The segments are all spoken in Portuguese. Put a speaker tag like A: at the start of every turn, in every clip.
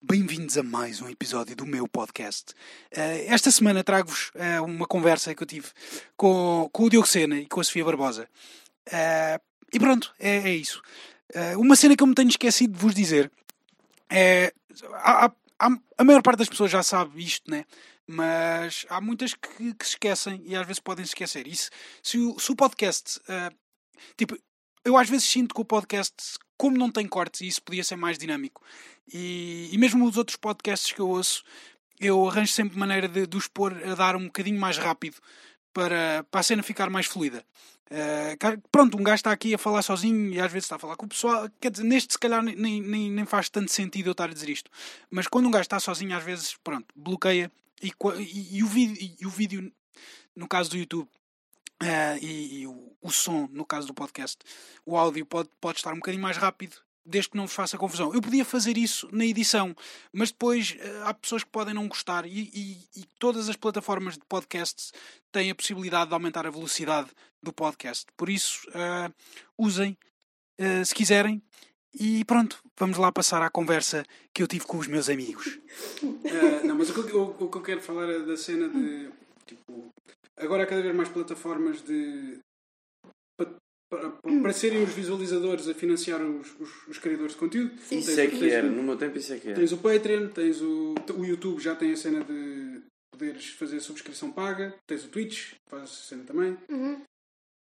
A: Bem-vindos a mais um episódio do meu podcast. Eh, esta semana trago-vos eh, uma conversa que eu tive com, com o Diogo Sena e com a Sofia Barbosa. Eh, e pronto, é, é isso. Eh, uma cena que eu me tenho esquecido de vos dizer é, há- há- há- a maior parte das pessoas já sabe isto, né? Mas há muitas que, que se esquecem e às vezes podem se esquecer. E se, se o, se o podcast. eh, tipo, eu às vezes sinto que o podcast, como não tem cortes, e isso podia ser mais dinâmico. E, e mesmo os outros podcasts que eu ouço, eu arranjo sempre maneira de, de os pôr a dar um bocadinho mais rápido para, para a cena ficar mais fluida. Eh, ca- pronto, um gajo está aqui a falar sozinho e às vezes está a falar com o pessoal. Quer dizer, neste se calhar nem, nem, nem faz tanto sentido eu estar a dizer isto. Mas quando um gajo está sozinho, às vezes, pronto, bloqueia. E, qua- e- e o, vídeo, e o vídeo, no caso do YouTube, eh, e, e o, o som, no caso do podcast, o áudio pode, pode estar um bocadinho mais rápido, desde que não vos faça confusão. Eu podia fazer isso na edição, mas depois eh, há pessoas que podem não gostar e, e- e todas as plataformas de podcasts têm a possibilidade de aumentar a velocidade do podcast. Por isso, eh, usem eh, se quiserem. E pronto, vamos lá passar à conversa que eu tive com os meus amigos. Eh, não, mas o que, eu- o que eu quero falar é da cena de. Tipo, agora há cada vez mais plataformas de. pa- Para, para, serem os visualizadores a financiar os, os- os criadores de conteúdo.
B: Isso é que era, no meu tempo isso é que era.
A: Tens o Patreon, tens o, o YouTube, já tem a cena de poderes fazer subscrição paga, tens o Twitch, faz essa cena também.
C: Uhum.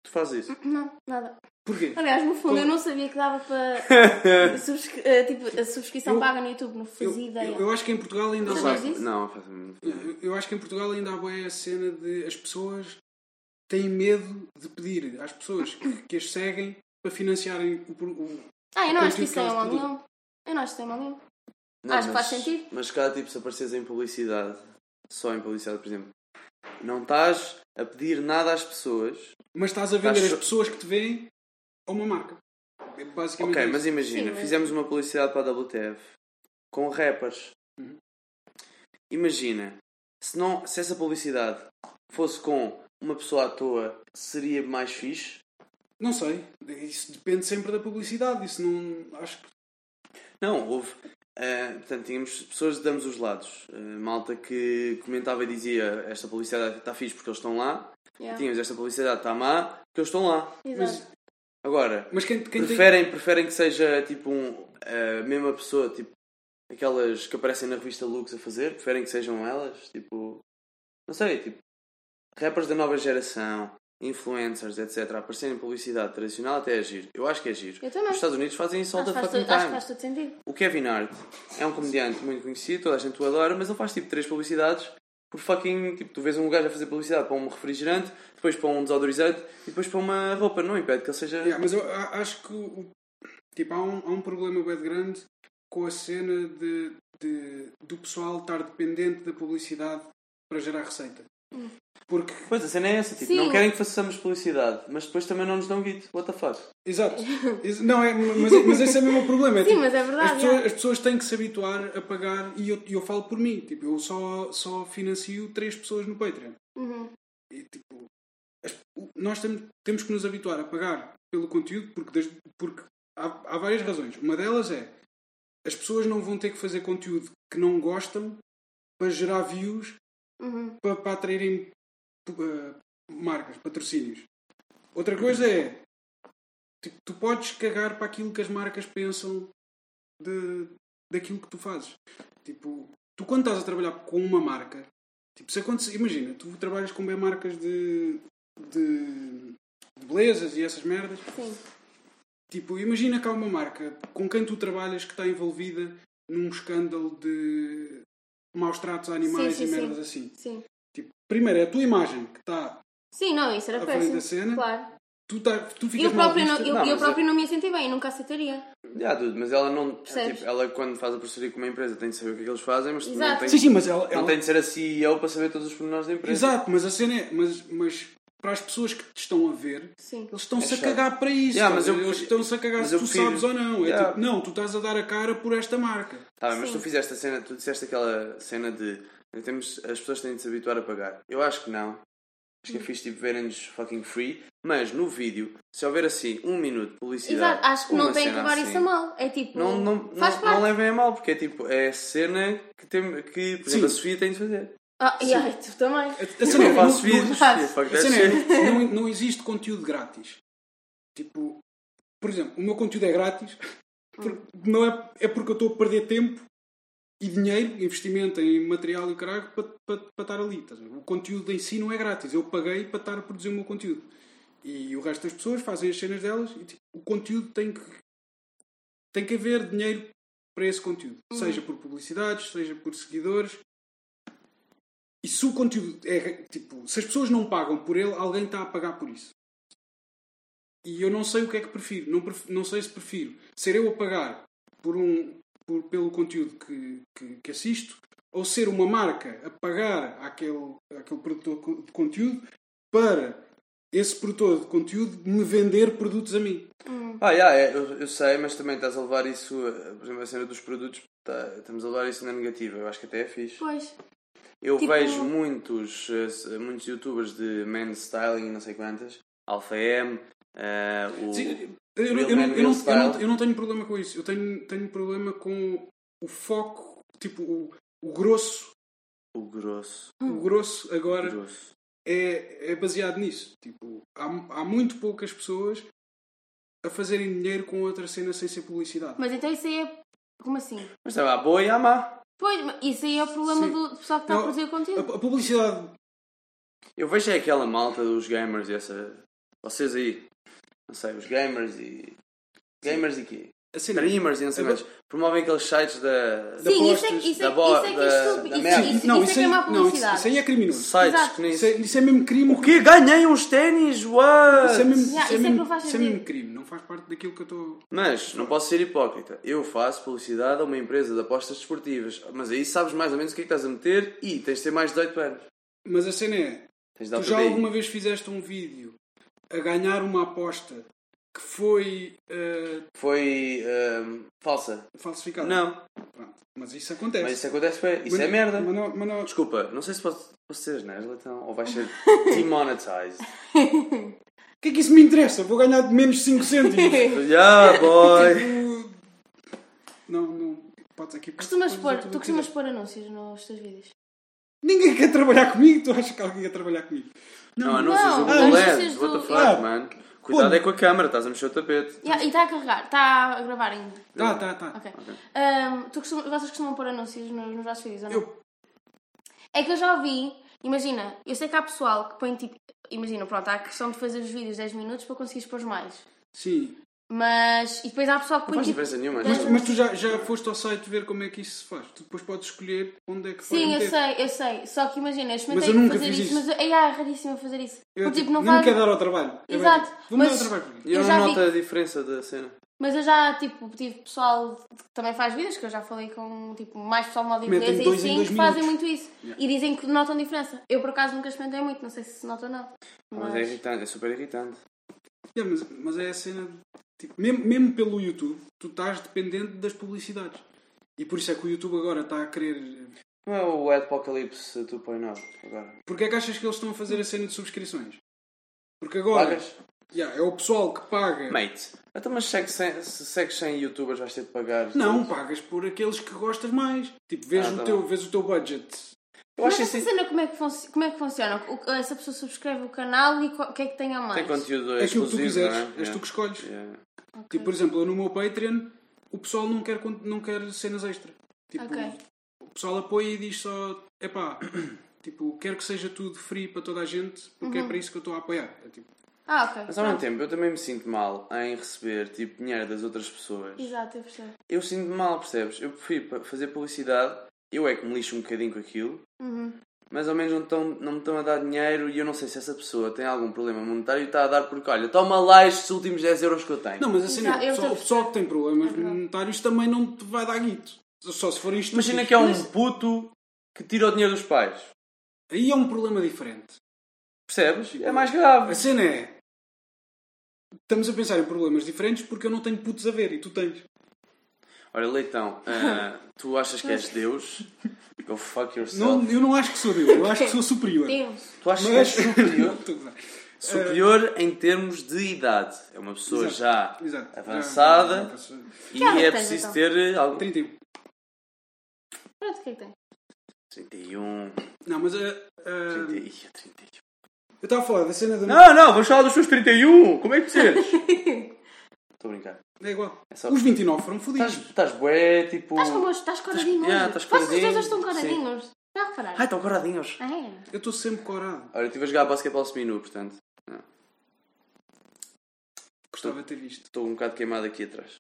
B: Tu fazes isso.
C: Não, nada.
A: Porquê?
C: Aliás, no fundo,
A: Como-
C: eu não sabia que dava para. subscri- eh, tipo, a subscrição
A: Eu-
C: paga no YouTube, não
A: Eu,
C: fazia ideia.
A: eu- eu acho que em Portugal ainda
C: Não
A: há-
C: Sabias faz. disso?
B: Não, faz-me.
A: Eu- Eu acho que em Portugal ainda há boa a cena de as pessoas têm medo de pedir às pessoas que, que as seguem para financiarem o, pro- o-
C: ah, eu
A: eu
C: não acho
A: tive
C: que isso tem
A: caso
C: mal
A: de-
C: nenhum. Eu não acho que é um tem mal nenhum.
B: Não,
C: Acho que faz sentido.
B: Mas cada tipo, se apareces em publicidade, só em publicidade, por exemplo, não estás a pedir nada às pessoas.
A: Mas estás a vender
B: Acho-
A: as pessoas que te veem a uma marca. É basicamente
B: Ok,
A: isso.
B: mas imagina,
C: Sim, mas-
B: fizemos uma publicidade para a WTF com rappers. Imagina, se, não, se essa publicidade fosse com uma pessoa à toa, seria mais fixe?
A: Não sei. Isso depende sempre da publicidade. Isso não. Acho que.
B: Não, houve. ah, portanto, tínhamos pessoas de ambos os lados. Ah, malta que comentava e dizia esta publicidade está fixe porque eles estão lá.
C: Yeah.
B: Tínhamos esta publicidade está má porque eles estão lá.
C: Exato.
B: Agora,
A: Mas quem, quem tem.
B: preferem, preferem que seja tipo um, a mesma pessoa, tipo aquelas que aparecem na revista Lux a fazer, preferem que sejam elas? Tipo, não sei, tipo, rappers da nova geração, influencers, etc. a aparecerem em publicidade tradicional até é giro. Eu acho que é giro.
C: Eu também.
B: Os Estados Unidos fazem isso all
C: Acho que
B: the
C: faz
B: fucking
C: todo- acho que
B: time.
C: faz todo sentido.
B: O Kevin Hart é um comediante muito conhecido, toda a gente o adora, mas ele faz tipo três publicidades por fucking. Tipo, tu vês um gajo a fazer publicidade para um refrigerante, depois para um desodorizante e depois para uma roupa. Não impede que ele seja.
A: Yeah, mas eu a- acho que o- tipo, há, um, há um problema bem grande com a cena de, de- do pessoal estar dependente da publicidade para gerar receita. Porque,
B: Pois a cena é essa, tipo,
C: Sim.
B: não querem que façamos publicidade, mas depois também não nos dão guito. What the fuck?
A: exato, Ex- não é, mas, mas esse é o mesmo problema. é
C: Sim,
A: tipo,
C: mas é
A: as,
C: verdade.
A: pessoas, as pessoas têm que se habituar a pagar, e eu, e eu falo por mim, tipo, eu só, só financio três pessoas no Patreon.
C: yeah. Uhum.
A: E, tipo, as- o- nós temos, temos que nos habituar a pagar pelo conteúdo porque, das- porque há, há várias razões. Uma delas é as pessoas não vão ter que fazer conteúdo que não gostam para gerar views
C: Uhum.
A: para, para atraírem eh, marcas, patrocínios. Outra coisa é tipo, tu podes cagar para aquilo que as marcas pensam de, daquilo que tu fazes. Tipo, tu quando estás a trabalhar com uma marca, tipo, se acontecer, imagina, tu trabalhas com bem marcas de, de belezas e essas merdas.
C: Sim.
A: Tipo, imagina que há uma marca com quem tu trabalhas que está envolvida num escândalo de maus tratos a animais
C: Sim,
A: e
C: sim,
A: merdas assim.
C: Sim.
A: Tipo, primeiro é a tua imagem que está
C: Sim, não, isso era
A: à frente da
C: péssimo.
A: cena.
C: Claro.
A: Tu, tá, tu
C: E
A: ficas
C: eu
A: mal
C: próprio não,
A: vista.
C: eu,
B: Não,
C: eu
B: mas
C: próprio não me ia sentir bem, eu nunca aceitaria.
B: Yeah, dude, mas ela não.
C: Percebes?
B: Tipo, ela quando faz a parceria com uma empresa tem de saber o que é que eles fazem, mas não
C: Exato.
B: tem,
A: Sim, sim, mas ela...
B: não
A: ela-
B: tem de ser a CEO para saber todos os pormenores da empresa.
A: Exato, mas a cena é... Mas, mas para as pessoas que te estão a ver,
C: Sim.
A: eles estão-se
B: É
A: a
B: chato.
A: cagar para isso.
B: Yeah,
A: tá
B: mas
A: a ver?
B: eu-
A: eles estão-se a cagar
B: mas
A: se
B: eu
A: tu
B: prefiro-
A: sabes ou não. É
B: Yeah.
A: tipo, não, tu estás a dar a cara por esta marca.
B: Tá bem, mas
C: Sim.
B: tu fizeste a cena, tu disseste aquela cena de temos, as pessoas têm de se habituar a pagar. Eu acho que não. Acho que é
C: Hum.
B: fixe tipo, verem-nos fucking free. Mas no vídeo, se houver assim um minuto de publicidade.
C: Exato, acho que
B: uma
C: não tem que
B: cena
C: levar
B: assim,
C: isso a mal. É tipo,
B: Não, não,
C: faz
B: não,
C: parte.
B: não levem a mal, porque é tipo, é a cena que, tem, que
A: Sim.
B: por exemplo, a Sofia tem de fazer.
C: Ah, e ai, tu também.
A: A- a
B: Eu
A: cena é,
B: não faço
A: não- não-
B: vídeos,
C: faz.
B: Sofia, fuck
A: A
B: that
A: cena
B: shit.
A: é, não, não existe conteúdo grátis. Tipo, por exemplo, o meu conteúdo é grátis, porque não é, é porque eu estou a perder tempo e dinheiro, investimento em material e o caralho, para, para, para estar ali. estás a ver? O conteúdo em si não é grátis, eu paguei para estar a produzir o meu conteúdo. E o resto das pessoas fazem as cenas delas e tipo, o conteúdo tem que, tem que haver dinheiro para esse conteúdo. Seja por publicidades, seja por seguidores, e se o conteúdo é tipo, se as pessoas não pagam por ele, alguém está a pagar por isso. E eu não sei o que é que prefiro. Não, pref- não sei se prefiro ser eu a pagar por um, por, pelo conteúdo que, que, que assisto ou ser uma marca a pagar àquele, àquele produtor co- de conteúdo para esse produtor de conteúdo me vender produtos a mim.
B: Ah, yeah, é, eu, eu sei, mas também estás a levar isso, eh, por exemplo, a cena dos produtos, tá- estamos a levar isso na negativa. Eu acho que até é fixe.
C: Pois.
B: Eu
C: Tipo-
B: vejo muitos, eh, s- muitos youtubers de men styling, não sei quantas, Alpha M, eh, o...
A: Sim, eu, eu-
B: Real
A: eu não- eu
B: man, real
A: não, eu, não,
B: style.
A: eu não tenho problema com isso. Eu tenho, tenho problema com o foco, tipo, o, o grosso
B: o grosso.
C: Hum.
A: o grosso
B: O
A: agora
B: grosso.
A: é, é baseado nisso. Tipo, há, há muito poucas pessoas a fazerem dinheiro com outra cena sem ser publicidade.
C: Mas então isso aí é. Como assim?
B: Mas também há boa e há má.
C: Pois, mas isso aí é o problema
A: Sim.
C: do do pessoal que está tá a
A: Não,
C: produzir o
A: A,
C: conteúdo.
A: a publicidade
B: Eu vejo é aquela malta dos gamers e essa... Vocês aí, não sei, os gamers e... Gamers e quê?
A: a cena
B: Streamers e não sei
A: Eu-
B: quantos. Promovem aqueles sites da...
A: É da
C: Sim, isso é,
A: postas,
C: isso é,
B: da bo-
C: isso é que
B: da-
C: é estúpido.
B: da
C: Isso,
B: merda.
C: isso, isso,
A: não,
C: é que é má
A: não, isso,
C: publicidades.
A: isso aí é criminoso.
B: Sites
C: Exato.
B: que nem...
A: Isso é, isso é mesmo crime.
B: O quê? Ganhei uns ténis? What?
A: Isso é mesmo,
C: Yeah,
A: isso é
C: isso é
A: mesmo-
C: que não faz
A: isso é mesmo
C: sentido.
A: crime. Não faz parte daquilo que eu estou.
B: Mas não posso ser hipócrita. Eu faço publicidade a uma empresa de apostas desportivas, mas aí sabes mais ou menos o que é que estás a meter e tens de ter mais de 18 anos.
A: Mas a cena é:
B: Tens de dar
A: tu
B: o
A: já
B: TDI.
A: alguma vez fizeste um vídeo a ganhar uma aposta que foi eh,
B: Foi ahm, falsa.
A: falsificada?
B: Não,
A: Pronto. Mas isso acontece.
B: mas isso acontece bem. Isso
A: Mas
B: é
A: não-
B: merda.
A: mas não- mas não-
B: Desculpa, não sei se posso, posso ser asneira, então, ou vais ser demonetized.
A: O que é que isso me interessa? Vou ganhar de menos 5 cêntimos.
B: yeah, boy!
A: Tipo, não, não. Podes aqui.
C: Costumas
A: podes
C: pôr,
A: dizer
C: tu
A: tudo o que
C: costumas
A: quiseres.
C: pôr anúncios nos teus vídeos?
A: Ninguém quer trabalhar comigo? Tu achas que alguém quer trabalhar comigo?
B: Não, anúncios do
C: Não, Ah,
B: Google
C: anúncios
B: Lens,
C: do-
B: what the fuck,
A: Ah,
B: man. Cuidado
A: pô.
B: é com a câmera, estás a mexer o tapete.
C: Yeah, e está a carregar, está a gravar ainda.
A: Tá, tá, tá.
C: Ok. Ahm, tu costuma, vocês costumam pôr anúncios nos, nos vossos vídeos ou não?
A: Eu,
C: É que eu já ouvi, imagina, eu sei que há pessoal que põe tipo. Imagina, pronto, há a questão de fazer os vídeos 10 minutos para conseguires pôr mais.
A: sim.
C: Mas. E depois há pessoal que põe
B: Não faz
C: tipo.
B: diferença nenhuma. é
A: Mas,
B: não.
A: mas tu já, já foste ao site ver como é que isso se faz. Tu depois podes escolher onde é que vai
C: Sim, eu
A: meter.
C: sei, eu sei. Só que imagina, eu
A: Mas
C: experimentei
A: eu nunca
C: fazer
A: fiz
C: isso,
A: isso.
C: mas eu, ai, ai, é raríssimo eu fazer isso.
A: Eu,
C: Porque,
A: tipo,
C: tipo, não,
A: me
C: faz.
A: quer dar ao trabalho. Eu,
C: Exato,
A: tipo, Vou-me dar ao
C: mas-
A: trabalho. por quê?
B: Eu
C: eu
B: não
C: já
B: noto
C: vi-
B: a diferença da cena.
C: Mas eu já, tipo, tive pessoal que também faz vídeos, que eu já falei com, tipo, mais pessoal de moda
A: Metem
C: inglesa e
A: dois em
C: assim,
A: dois
C: que fazem
A: minutos.
C: muito isso. E dizem que notam diferença. Eu, por acaso, nunca experimentei muito, não sei se se nota ou não.
B: Mas é irritante, é super irritante.
A: Yeah, mas, mas é a cena. de- Tipo, mesmo, mesmo pelo YouTube, tu estás dependente das publicidades. E por isso é que o YouTube agora está a querer
B: Não é o Apocalipse 2.9 agora.
A: Porque é que achas que eles estão a fazer a cena de subscrições? Porque agora
B: Pagas?
A: yeah, é o pessoal que paga.
B: Mate, até mas segue sem, se segues 100 youtubers vais ter de pagar.
A: Não, pagas por aqueles que gostas mais. Tipo, vês,
B: Ah,
A: o,
B: tá
A: teu,
B: bem.
A: vês o teu budget.
B: Eu
C: Mas
B: acho
C: essa
B: isso.
C: cena, como é que, func- como é que funciona? O- essa pessoa subscreve o canal e co- o que é que tem a mais?
B: Tem conteúdo
A: É aquilo que tu
B: exclusivo,
A: quiseres,
B: não é?
A: és tu que escolhes.
B: Yeah.
C: Ok.
A: Tipo, por exemplo, eu no meu Patreon, o pessoal não quer, cont- não quer cenas extra. Tipo,
C: Ok.
A: o pessoal apoia e diz só: epá, tipo, quero que seja tudo free para toda a gente, porque
C: Uhum.
A: é para isso que eu estou a apoiar. É tipo,
C: Ah, ok.
B: Mas ao mesmo
C: pronto.
B: tempo eu também me sinto mal em receber tipo dinheiro das outras pessoas.
C: Exato, eu percebo.
B: Eu sinto mal, percebes? Eu prefiro pa- fazer publicidade, eu é que me lixo um bocadinho com aquilo,
C: Uhum.
B: mas ao menos não, tão, não me estão a dar dinheiro e eu não sei se essa pessoa tem algum problema monetário e está a dar porque olha, toma lá estes últimos 10 euros que eu tenho.
A: não, mas assim,
C: Exato,
A: o,
C: eu
A: pessoal,
C: tô-
A: o pessoal que tem problemas
C: É verdade.
A: monetários também não te vai dar guito. Só se for isto.
B: Imagina que é um puto que tira o dinheiro dos pais.
A: Aí é um problema diferente.
B: Percebes?
A: Tipo,
B: É mais grave.
A: A cena é. Estamos a pensar em problemas diferentes porque eu não tenho putos a ver e tu tens.
B: Olha, Leitão, ah, tu achas que és Deus? Go fuck yourself.
A: Não, eu não acho que sou Deus, eu acho que sou superior.
C: Deus.
B: Tu achas que és
A: Mas-
B: superior?
A: Tô a gozar.
B: Superior em termos de idade. É uma pessoa
A: Exato,
B: já
A: Exato.
B: avançada
C: Que idade
B: e é
C: tens,
B: preciso
C: então?
B: ter algum.
A: 31.
C: Pronto, o que é que tem?
B: 31,
A: Não, mas eh, eh,
B: 30, um, Ih, 31.
A: eu estava a falar da cena da.
B: Não, não, vamos falar dos seus 31. Como é que dizes? Estou a brincar.
A: É igual.
B: É só-
A: Os 29 foram fodidos.
B: Estás, estás bué, tipo.
C: Estás com estás coradinho
B: Yeah,
C: hoje.
B: estás
C: Vocês dois
B: coradinho,
C: hoje estão
B: sim.
C: coradinhos. Já repararam?
B: Ai, estão coradinhos.
C: Ah, é?
A: Eu estou sempre corado.
B: Olha, eu estive a jogar basquetebol seminu, portanto.
A: Gostava de ter visto.
B: Estou um bocado queimado aqui atrás.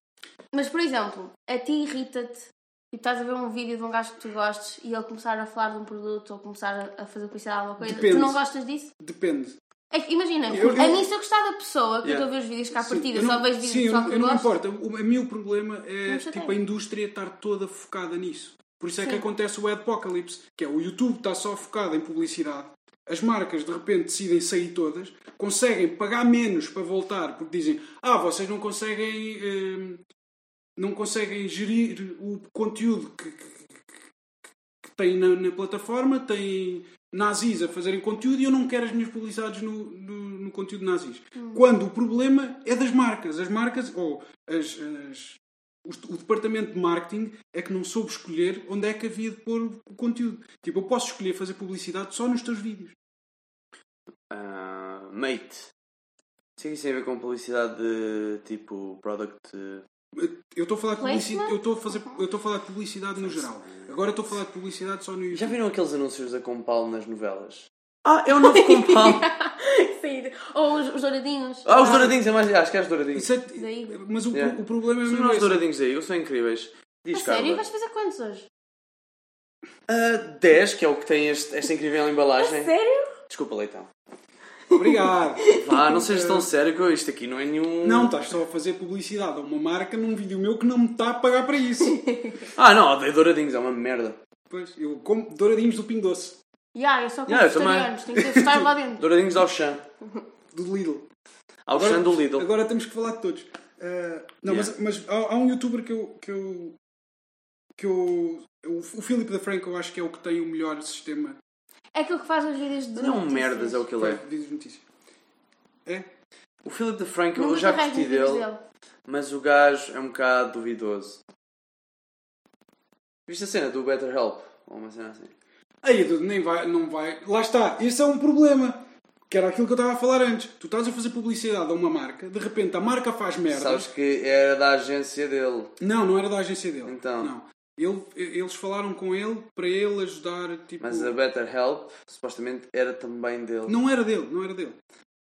C: Mas, por exemplo, a ti irrita-te e estás a ver um vídeo de um gajo que tu gostes e ele começar a falar de um produto ou começar a a fazer publicidade a alguma coisa.
A: Depende.
C: Tu não gostas disso?
A: Depende.
C: É que, imagina,
A: Eu-
C: a
A: eu-
C: mim se eu gostar da pessoa que eu
B: Yeah.
C: estou a ver os vídeos cá à
A: Sim,
C: partida,
A: eu não-
C: só vejo vídeos
A: Sim,
C: de
A: eu,
C: pessoal
A: não-
C: que
A: eu
C: eu
A: não
C: gosto.
A: importa. O, o meu problema é
C: Não chateia.
A: tipo, a indústria estar toda focada nisso. Por isso é que
C: Sim.
A: acontece o Adpocalypse, que é o YouTube está só focado em publicidade. As marcas de repente decidem sair todas, conseguem pagar menos para voltar, porque dizem: Ah, vocês não conseguem. hum, não conseguem gerir o conteúdo que, que- que têm na, na plataforma, têm nazis a fazerem conteúdo e eu não quero as minhas publicidades no, no- no conteúdo nazis. Quando o problema é das marcas. As marcas, ou as- as- os- o departamento de marketing é que não soube escolher onde é que havia de pôr o conteúdo. Tipo, eu posso escolher fazer publicidade só nos teus vídeos.
B: Ah, mate. Sei que isso tem a ver com publicidade de tipo product. eh,
A: Eu estou a falar de publicidade,
C: Placement?
A: eu estou a fazer, eu estou a falar de publicidade no geral. Agora estou a falar de publicidade só no YouTube.
B: Já viram aqueles anúncios da Compal nas novelas? Ah, é o novo Compal!
C: Sim. Ou os, os douradinhos.
B: ah, os douradinhos, é mais. Acho que é os douradinhos.
A: Isso é-
C: Daí.
A: mas o,
B: Yeah.
A: o problema é
B: São
A: mesmo
B: os
A: esse.
B: douradinhos aí, eles são incríveis.
C: A
B: Diz,
C: sério?
B: Carla.
C: Vais fazer quantos hoje?
B: Ah, 10, que é o que tem este- esta incrível
C: A
B: embalagem.
C: sério?
B: Desculpa, Leitão.
A: Obrigado.
B: Vá, não sejas tão sério que isto aqui não é nenhum.
A: Não, estás só a fazer publicidade a uma marca num vídeo meu que não me está a pagar para isso.
B: Ah, não, odeio douradinhos, é uma merda.
A: Pois, eu como douradinhos do Pingo Doce,
C: Já, eu só com
B: Yeah, eu também.
C: vegetarianos. Tem que ter vegetais lá dentro.
B: Douradinhos ao chão.
A: do Lidl.
B: Ao chão do Lidl.
A: Agora temos que falar de todos. Ah, não,
B: Yeah.
A: mas, mas há, há um youtuber que eu. que eu. que eu. O, o Filipe da Franco eu acho que é o que tem o melhor sistema
C: É aquilo que faz os vídeos de.
B: Não
C: notícias.
B: merdas, é o que ele
A: para
B: é.
A: vídeos de notícias. É?
B: O Philip de Franco,
C: Não
B: eu já
C: carrego
B: curti
C: os vídeos
B: dele, mas o gajo é um bocado duvidoso. Viste a cena do Better Help? Ou uma cena assim.
A: Aí, Dudu, nem vai, não vai. Lá está, esse é um problema. Que era aquilo que eu estava a falar antes. Tu estás a fazer publicidade a uma marca, de repente a marca faz merda.
B: Sabes que era da agência dele.
A: Não, não era da agência dele.
B: Então.
A: Não. Ele- eles falaram com ele para ele ajudar, tipo...
B: Mas a Better Help supostamente era também dele.
A: Não era dele, não era dele.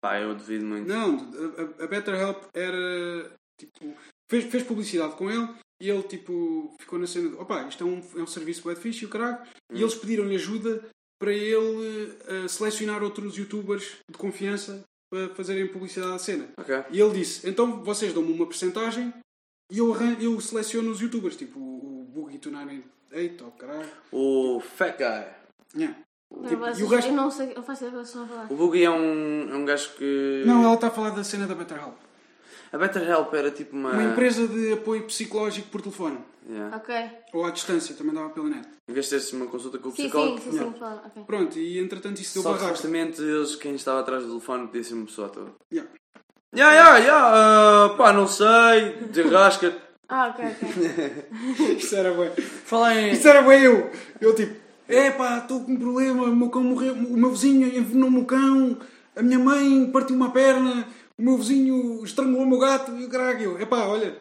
B: Pá, eu duvido muito.
A: Não, a, a- a BetterHelp era, tipo... Fez, fez publicidade com ele e ele, tipo, ficou na cena de... Opa, isto é um, é um serviço bué de fixe, e o caralho.
B: Hum.
A: E eles pediram-lhe ajuda para ele eh, selecionar outros youtubers de confiança para fazerem publicidade à cena.
B: Ok.
A: E ele disse: Então vocês dão-me uma porcentagem e eu, arran- eu seleciono os youtubers, tipo o o Boogie Tunani. Eita, oh, caralho.
B: O Fat Guy.
A: Yeah.
C: Não,
A: Tipo,
C: vocês-
A: e o resto-
C: Eu não sei, eu faço ideia do que vocês estão a falar.
B: O Boogie é um, é um gajo que.
A: Não, ela está a falar da cena da BetterHelp.
B: A Better Help era tipo uma.
A: Uma empresa de apoio psicológico por telefone.
B: Yeah.
C: Ok.
A: Ou à distância, também dava pela net.
B: Em vez de teres uma consulta com o
C: Sim,
B: psicólogo.
C: sim, sim, sim, fala. Ok.
A: Pronto, e entretanto isso deu
B: Só que
A: barraco.
B: supostamente eles, quem estava atrás do telefone, podia ser uma pessoa toda.
A: Yeah.
B: Ya, ya, ya, ah, pá, não sei, derrasca.
C: Ah, ok, ok.
A: Isso era bem.
B: Fala em.
A: Isso era bem eu. Eu tipo, epá, estou com um problema, o meu cão morreu, o meu vizinho envenenou-me o cão, a minha mãe partiu uma perna, o meu vizinho estrangulou o meu gato e o caralho. Eu, Epá, olha,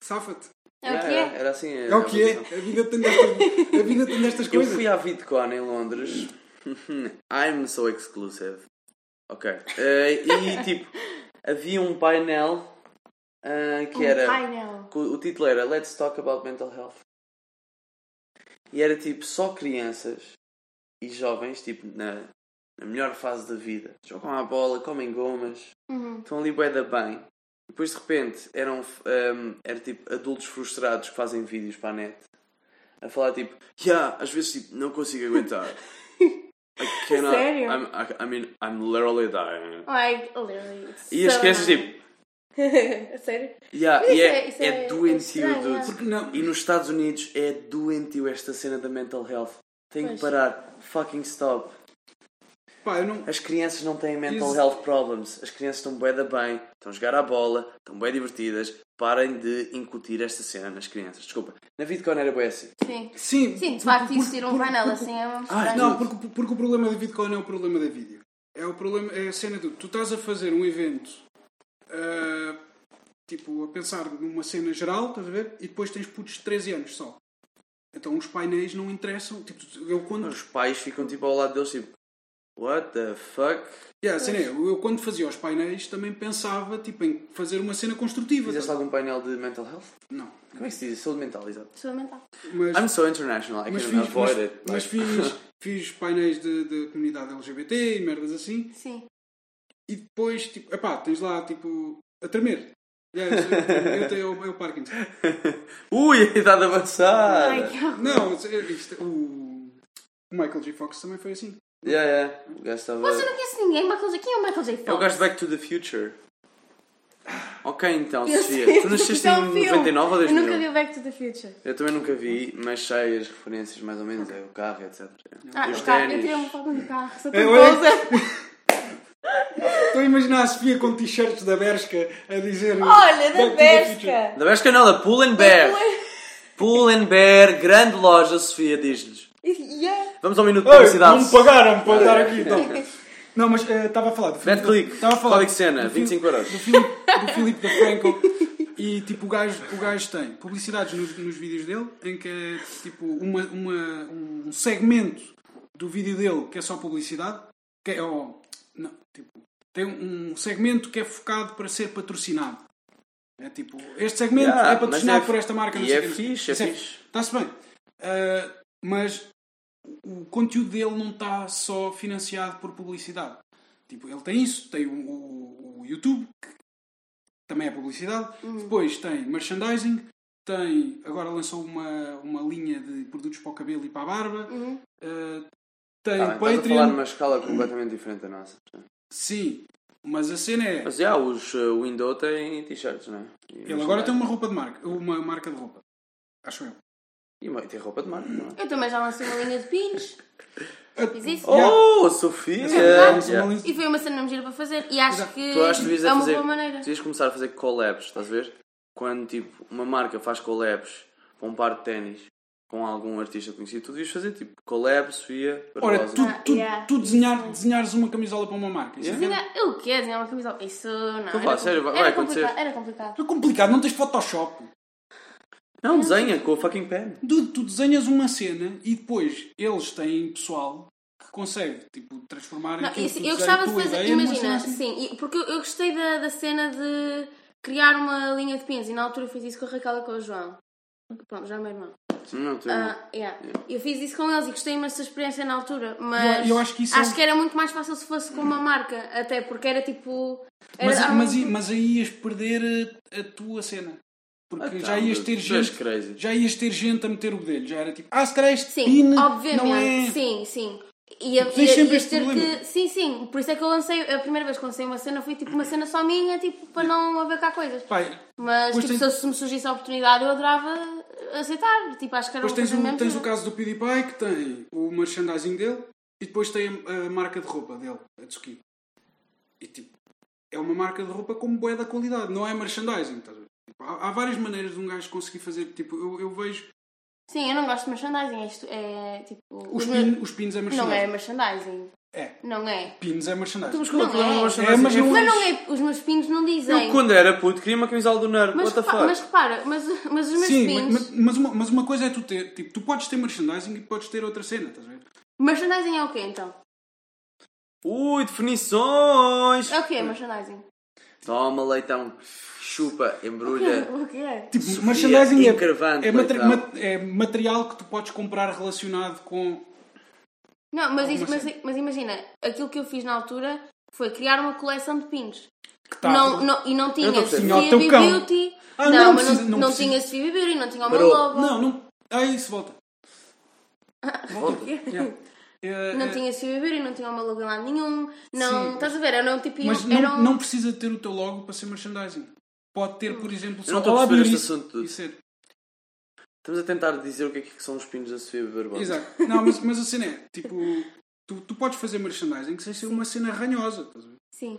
A: safa-te.
C: É o
B: Ya,
C: que
B: era,
C: é?
B: era assim.
A: É o que é, a vida tem destas, a vida tem destas
B: Eu
A: coisas.
B: fui à VidCon em Londres. I'm so exclusive. Ok. Eh, e tipo, havia um painel ah, que
C: Um
B: era.
C: painel.
B: que O o título era Let's Talk About Mental Health. E era tipo só crianças e jovens, tipo na, na melhor fase da vida. Jogam à bola, comem gomas,
C: Uhum.
B: estão ali bué da bem. Depois de repente eram ehm, era tipo adultos frustrados que fazem vídeos para a net a falar tipo, yeah, às vezes tipo, não consigo aguentar. I cannot,
C: Sério?
B: I'm, I, I mean, I'm literally dying.
C: Like, literally. it's
B: E as
C: so
B: crianças
C: annoying.
B: tipo,
C: a sério?
B: Yeah,
C: Mas
B: e
C: isso
B: é,
C: é- isso
B: é,
C: é- é
B: doentio,
C: estranho,
B: dude.
C: é.
A: Porque não.
B: E nos Estados Unidos é doentio esta cena da mental health. Tem que
C: Pois.
B: parar. Fucking stop.
A: Pá, eu não.
B: As crianças não têm mental
A: Isso.
B: health problems. As crianças estão bué da bem, estão a jogar à bola, estão bué divertidas. Parem de incutir esta cena nas crianças. Desculpa. Na VidCon era bué assim.
C: Sim.
A: Sim,
C: Sim, de facto existir um
A: porque-
C: painel
A: porque-
C: assim é uma
B: Ah,
A: Não, porque, porque o problema da VidCon não é o problema da vídeo. É o problema, é a cena do. Tu estás a fazer um evento ah, tipo a pensar numa cena geral, estás a ver? E depois tens putos de 13 anos só. Então os painéis não interessam. Tipo, eu quando.
B: Os pais ficam tipo ao lado deles, tipo, what the fuck?
A: Yeah, a cena é, eu quando fazia os painéis também pensava tipo, em fazer uma cena construtiva.
B: Fizeste
A: estás a ver?
B: algum painel de mental health?
A: Não.
B: Como é que se diz? Saúde mental, exato.
C: Saúde mental.
A: Mas,
B: I'm so international, I
A: mas
B: can
A: fiz,
B: avoid
A: mas-
B: it.
A: mas
B: Like,
A: fiz, fiz painéis de, de comunidade LGBT e merdas assim.
C: Sim.
A: e depois, tipo, epá, tens lá, tipo, a tremer. Yeah, isso é- eu tenho é o Parkinson.
B: Ui, a idade avançada!
C: Ai, que horror.
A: Não, isso é- isto, o o Michael J. Fox também foi assim.
B: Yeah, yeah. O gajo estava.
C: Mas eu não conheço ninguém. Michael J. Quem é o Michael J. Fox?
B: É o gajo de Back to the Future. Ok, então,
C: Eu
B: Sofia.
C: sei,
B: Tu nasceste
C: é um
B: em
C: filme.
B: 99 ou 2000?
C: Eu nunca vi um o Back to the Future.
B: Eu também nunca vi, mas sei as referências mais ou menos. É o carro, etc.
C: Ah,
B: Os
C: o carro. Eu
B: ténis.
C: tirei uma foto do carro. Sou
A: É,
C: tão
A: olha.
C: pousa.
A: Estou a imaginar a Sofia com t-shirts da Bershka a dizer. "Back
C: Olha,
A: to
C: da
A: the future."
C: pesca.
B: Da Bershka não, da Pull&Bear. Pull&Bear, grande loja, Sofia, diz-lhes.
C: Yeah.
B: Vamos ao minuto de
A: Ei, não
B: publicidade.
A: me pagaram para
B: Ah,
A: estar
B: é.
A: aqui. Não, não mas eh, estava a falar do
B: Bad click.
A: Estava a falar.
B: Código de cena,
A: do Filipe-
B: 25 euros. Tá
A: Do Filipe, do Filipe da Franco. E tipo, o gajo, o gajo tem publicidades nos, nos vídeos dele em que é tipo uma, uma- um segmento do vídeo dele que é só publicidade. Que é, ó, não, tipo, tem um segmento que é focado para ser patrocinado. É tipo, este segmento
B: Yeah,
A: é
B: mas
A: patrocinado
B: é-
A: por esta marca. não
B: e
A: sei
B: é
A: o quê.
B: fixe, é
A: Isso
B: fixe.
A: Está-se bem. Ah, mas o conteúdo dele não está só financiado por publicidade. Tipo, ele tem isso, tem o, o- o YouTube, que também é publicidade.
C: Uhum.
A: Depois tem merchandising, tem. Agora lançou uma, uma linha de produtos para o cabelo e para a barba.
C: Uhum.
A: Ah, tem
B: Tá bem, estás a falar
A: Patreon.
B: numa escala completamente diferente da nossa.
A: Sim, mas a cena é.
B: Mas já, os uh, Window têm t-shirts, não é? E
A: Ele agora
B: merchandise.
A: tem uma roupa de marca, uma marca de roupa. Acho eu.
B: E uma- tem roupa de marca, não é?
C: Eu também já lancei uma linha de pins. Fiz isso.
A: Yeah.
B: Oh, Sofia!
A: Lança uma
B: Yeah.
A: linha-
C: E foi uma cena muito gira para fazer. E acho
A: Exato.
C: que
B: Tu acho que devias
C: é
B: a
C: uma
B: fazer.
C: boa maneira.
B: Devias começar a fazer collabs, estás a ver? Quando tipo, uma marca faz collabs com um par de ténis com algum artista conhecido, tu devias fazer tipo collab, Sofia,
A: Ora,
B: Barbosa.
A: tu,
C: Ah,
A: tu,
C: yeah.
A: tu desenhar, desenhares uma camisola para uma marca. Isso é
C: Desenhar- Eu quero desenhar uma camisola. Isso não.
B: Estou a
C: era
B: falar Então sério, vai-
C: complicado.
B: vai acontecer.
C: Era complicado.
A: é complicado, não tens Photoshop.
B: Não, desenha com o fucking pen.
A: Dude, tu desenhas uma cena e depois eles têm pessoal que consegue tipo, transformar
C: Não,
A: aquilo
C: isso-
A: que tu
C: eu
A: desenhas,
C: gostava de
A: tua
C: fazer,
A: ideia, numa cena
C: imagina,
A: assim.
C: sim, e- porque eu, eu gostei da, da cena de criar uma linha de pins e na altura eu fiz isso com a Raquel e com o João. Pronto, já é meu irmão.
B: Não, tu
C: Ah, yeah. Eu fiz isso com eles e gostei imenso da experiência na altura,
A: Eu-
C: mas
A: eu acho que isso é um-
C: era muito mais fácil se fosse com uma marca, até porque era tipo. Era,
A: Mas,
C: ah,
A: mas, i- mas aí ias perder a, a tua cena. Porque
B: Então,
A: já ias ter
B: tu és
A: gente.
B: crazy.
A: Já ias ter gente a meter o dedo. Já era tipo, ah, se calhar este
C: Sim,
A: pin não
C: obviamente,
A: é.
C: sim, sim. E a,
A: Tens
C: e a-
A: sempre
C: e a
A: este
C: ter
A: problema.
C: que. Sim, sim. Por isso é que eu lancei. A primeira vez que lancei uma cena foi tipo uma cena só minha, tipo, para não haver cá coisas.
A: Pai,
C: Mas
A: Pois
C: tipo,
A: tem-
C: se me surgisse a oportunidade, eu adorava aceitar. Tipo, acho que era
A: Depois tens
C: uma coisa
A: o,
C: mesmo
A: tens um
C: que-
A: o caso do PewDiePie que tem o merchandising dele e depois tem a, a marca de roupa dele, a Tsuki. E tipo, é uma marca de roupa como boé da qualidade, não é merchandising. Estás a ver? Tipo, há, há várias maneiras de um gajo conseguir fazer. Tipo, eu, eu vejo.
C: Sim, eu não gosto de merchandising. Isto é tipo.
A: Os,
C: os meus-
A: pin- os pins é
C: Não é
A: merchandising.
C: merchandising.
A: É.
C: Não é.
A: Pins é merchandising.
C: Não é.
A: É, mas não-
C: Mas não é. Os meus pinos não dizem.
B: Eu quando era puto queria uma camisola do Nerd,
C: Mas,
B: what the
C: repa-
B: fuck?
C: mas repara, mas, mas os meus
A: Sim,
C: pinos.
A: mas, mas, uma, mas uma coisa é tu ter. Tipo, tu podes ter merchandising e podes ter outra cena, estás a ver?
C: Merchandising é o quê então?
B: Ui, definições!
C: É o quê? Merchandising.
B: Toma, leitão. Chupa, embrulha.
C: O que é?
A: Tipo,
B: Sofia,
A: merchandising é,
B: encravante,
A: é, materi-
B: então.
A: ma- é material que tu podes comprar relacionado com.
C: Não, mas, isso,
A: Alguma
C: mas, mas imagina, aquilo que eu fiz na altura foi criar uma coleção de pins.
A: que tá-
C: Não, não, e não tinha
B: não sei.
A: Tinha o
C: Sofia
A: teu
C: B
A: cão.
C: Beauty.
A: Ah,
C: não,
A: não
C: mas
A: precisa-
C: não,
A: não
C: não
A: precisa.
C: tinha Sofia B Beauty, não tinha o meu
B: Parou.
C: logo.
A: Não, não. Ah, isso, volta.
B: Volta.
A: Yeah. É,
C: Não
A: é,
C: tinha Sofia B Beauty, não tinha o meu logo em lado nenhum. Não,
A: Sim.
C: estás a ver? Era um tipo.
A: mas
C: era
A: não,
C: um-
A: não precisa ter o teu logo para ser merchandising. Pode ter, por exemplo, só
B: não estou a
A: "Olá,
B: perceber este
A: Beatriz",
B: assunto.
A: e ser-
B: Estamos a tentar dizer o que é que são os pinos da Sofia Barbosa.
A: Exato. Não, mas, mas a cena é, tipo, tu, tu podes fazer merchandising que seja uma cena ranhosa. estás a ver?
C: Sim.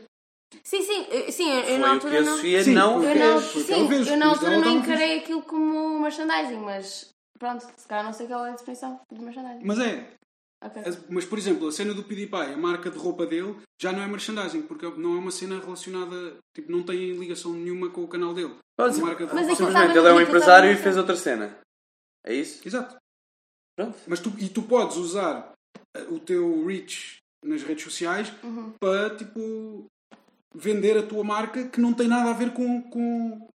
C: Sim, sim, eu, sim, eu, eu na
B: Foi o que
C: altura
B: a
C: não.
B: Sofia
A: Sim,
B: não
C: Eu
A: porque-
C: não,
B: fez.
A: eu vejo,
C: sim, eu na
A: então mas
C: altura
A: ela
C: não
A: não fez.
C: encarei aquilo como merchandising, mas pronto, se calhar não sei qual é a definição de merchandising.
A: Mas é.
C: Ok.
A: Mas, por exemplo, a cena do PewDiePie, a marca de roupa dele, já não é merchandising, porque não é uma cena relacionada, tipo, não tem ligação nenhuma com o canal dele.
B: Pode ser.
A: Marca de-
C: Mas aquilo
B: Simplesmente
C: estava
B: ele é um
C: bonito,
B: empresário e
C: estava
B: fez outra cena. É isso?
A: Exato.
B: Pronto.
A: Mas tu, e tu podes usar eh, o teu reach nas redes sociais
C: Uhum.
A: para, tipo, vender a tua marca que não tem nada a ver com, com,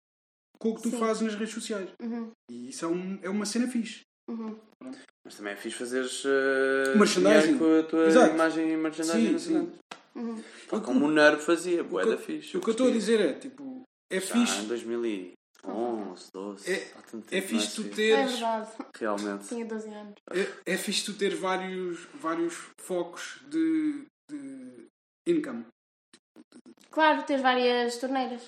A: com o que tu
C: Sim.
A: fazes nas redes sociais.
C: Uhum.
A: E isso é, um- é uma cena fixe.
C: Uhum.
B: Mas também é fixe fazeres uh,
A: Merchandising.
B: com a tua
A: Exato.
B: imagem e merchandising.
A: Sim,
B: não sei
A: sim.
B: lá.
C: Uhum.
B: Pá, Como o Nerf fazia, bué
A: que-
B: da fixe.
A: O que eu estou a dizer é, tipo, é
B: Já em
A: fixe,
B: 2011, 12.
A: É-
B: há tanto
A: é
B: tempo, não
A: fixe tu
B: Sofia?
C: É
A: teres...
C: verdade,
B: Realmente.
C: tinha 12 anos.
A: É, é fixe tu ter vários, vários focos de, de income.
C: Claro, tens várias torneiras.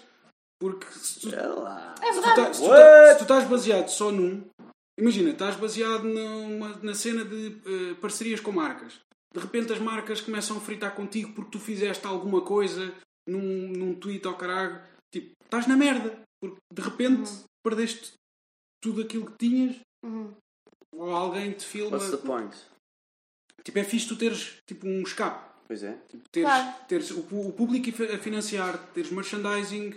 A: Porque se tu,
B: É lá.
A: se tu tá- se tu
B: What?
A: tá- se tu estás baseado só num. Imagina, estás baseado numa, na cena de eh, parcerias com marcas. De repente as marcas começam a fritar contigo porque tu fizeste alguma coisa num, num tweet ao caralho. Tipo, estás na merda. Porque de repente perdeste tudo aquilo que tinhas
C: Uhum.
A: ou alguém te filma.
B: What's the point?
A: Tipo, é fixe tu teres tipo, um escape.
B: Pois é.
A: Teres,
C: Claro.
A: teres o, pu- o público a fi- a financiar, teres merchandising,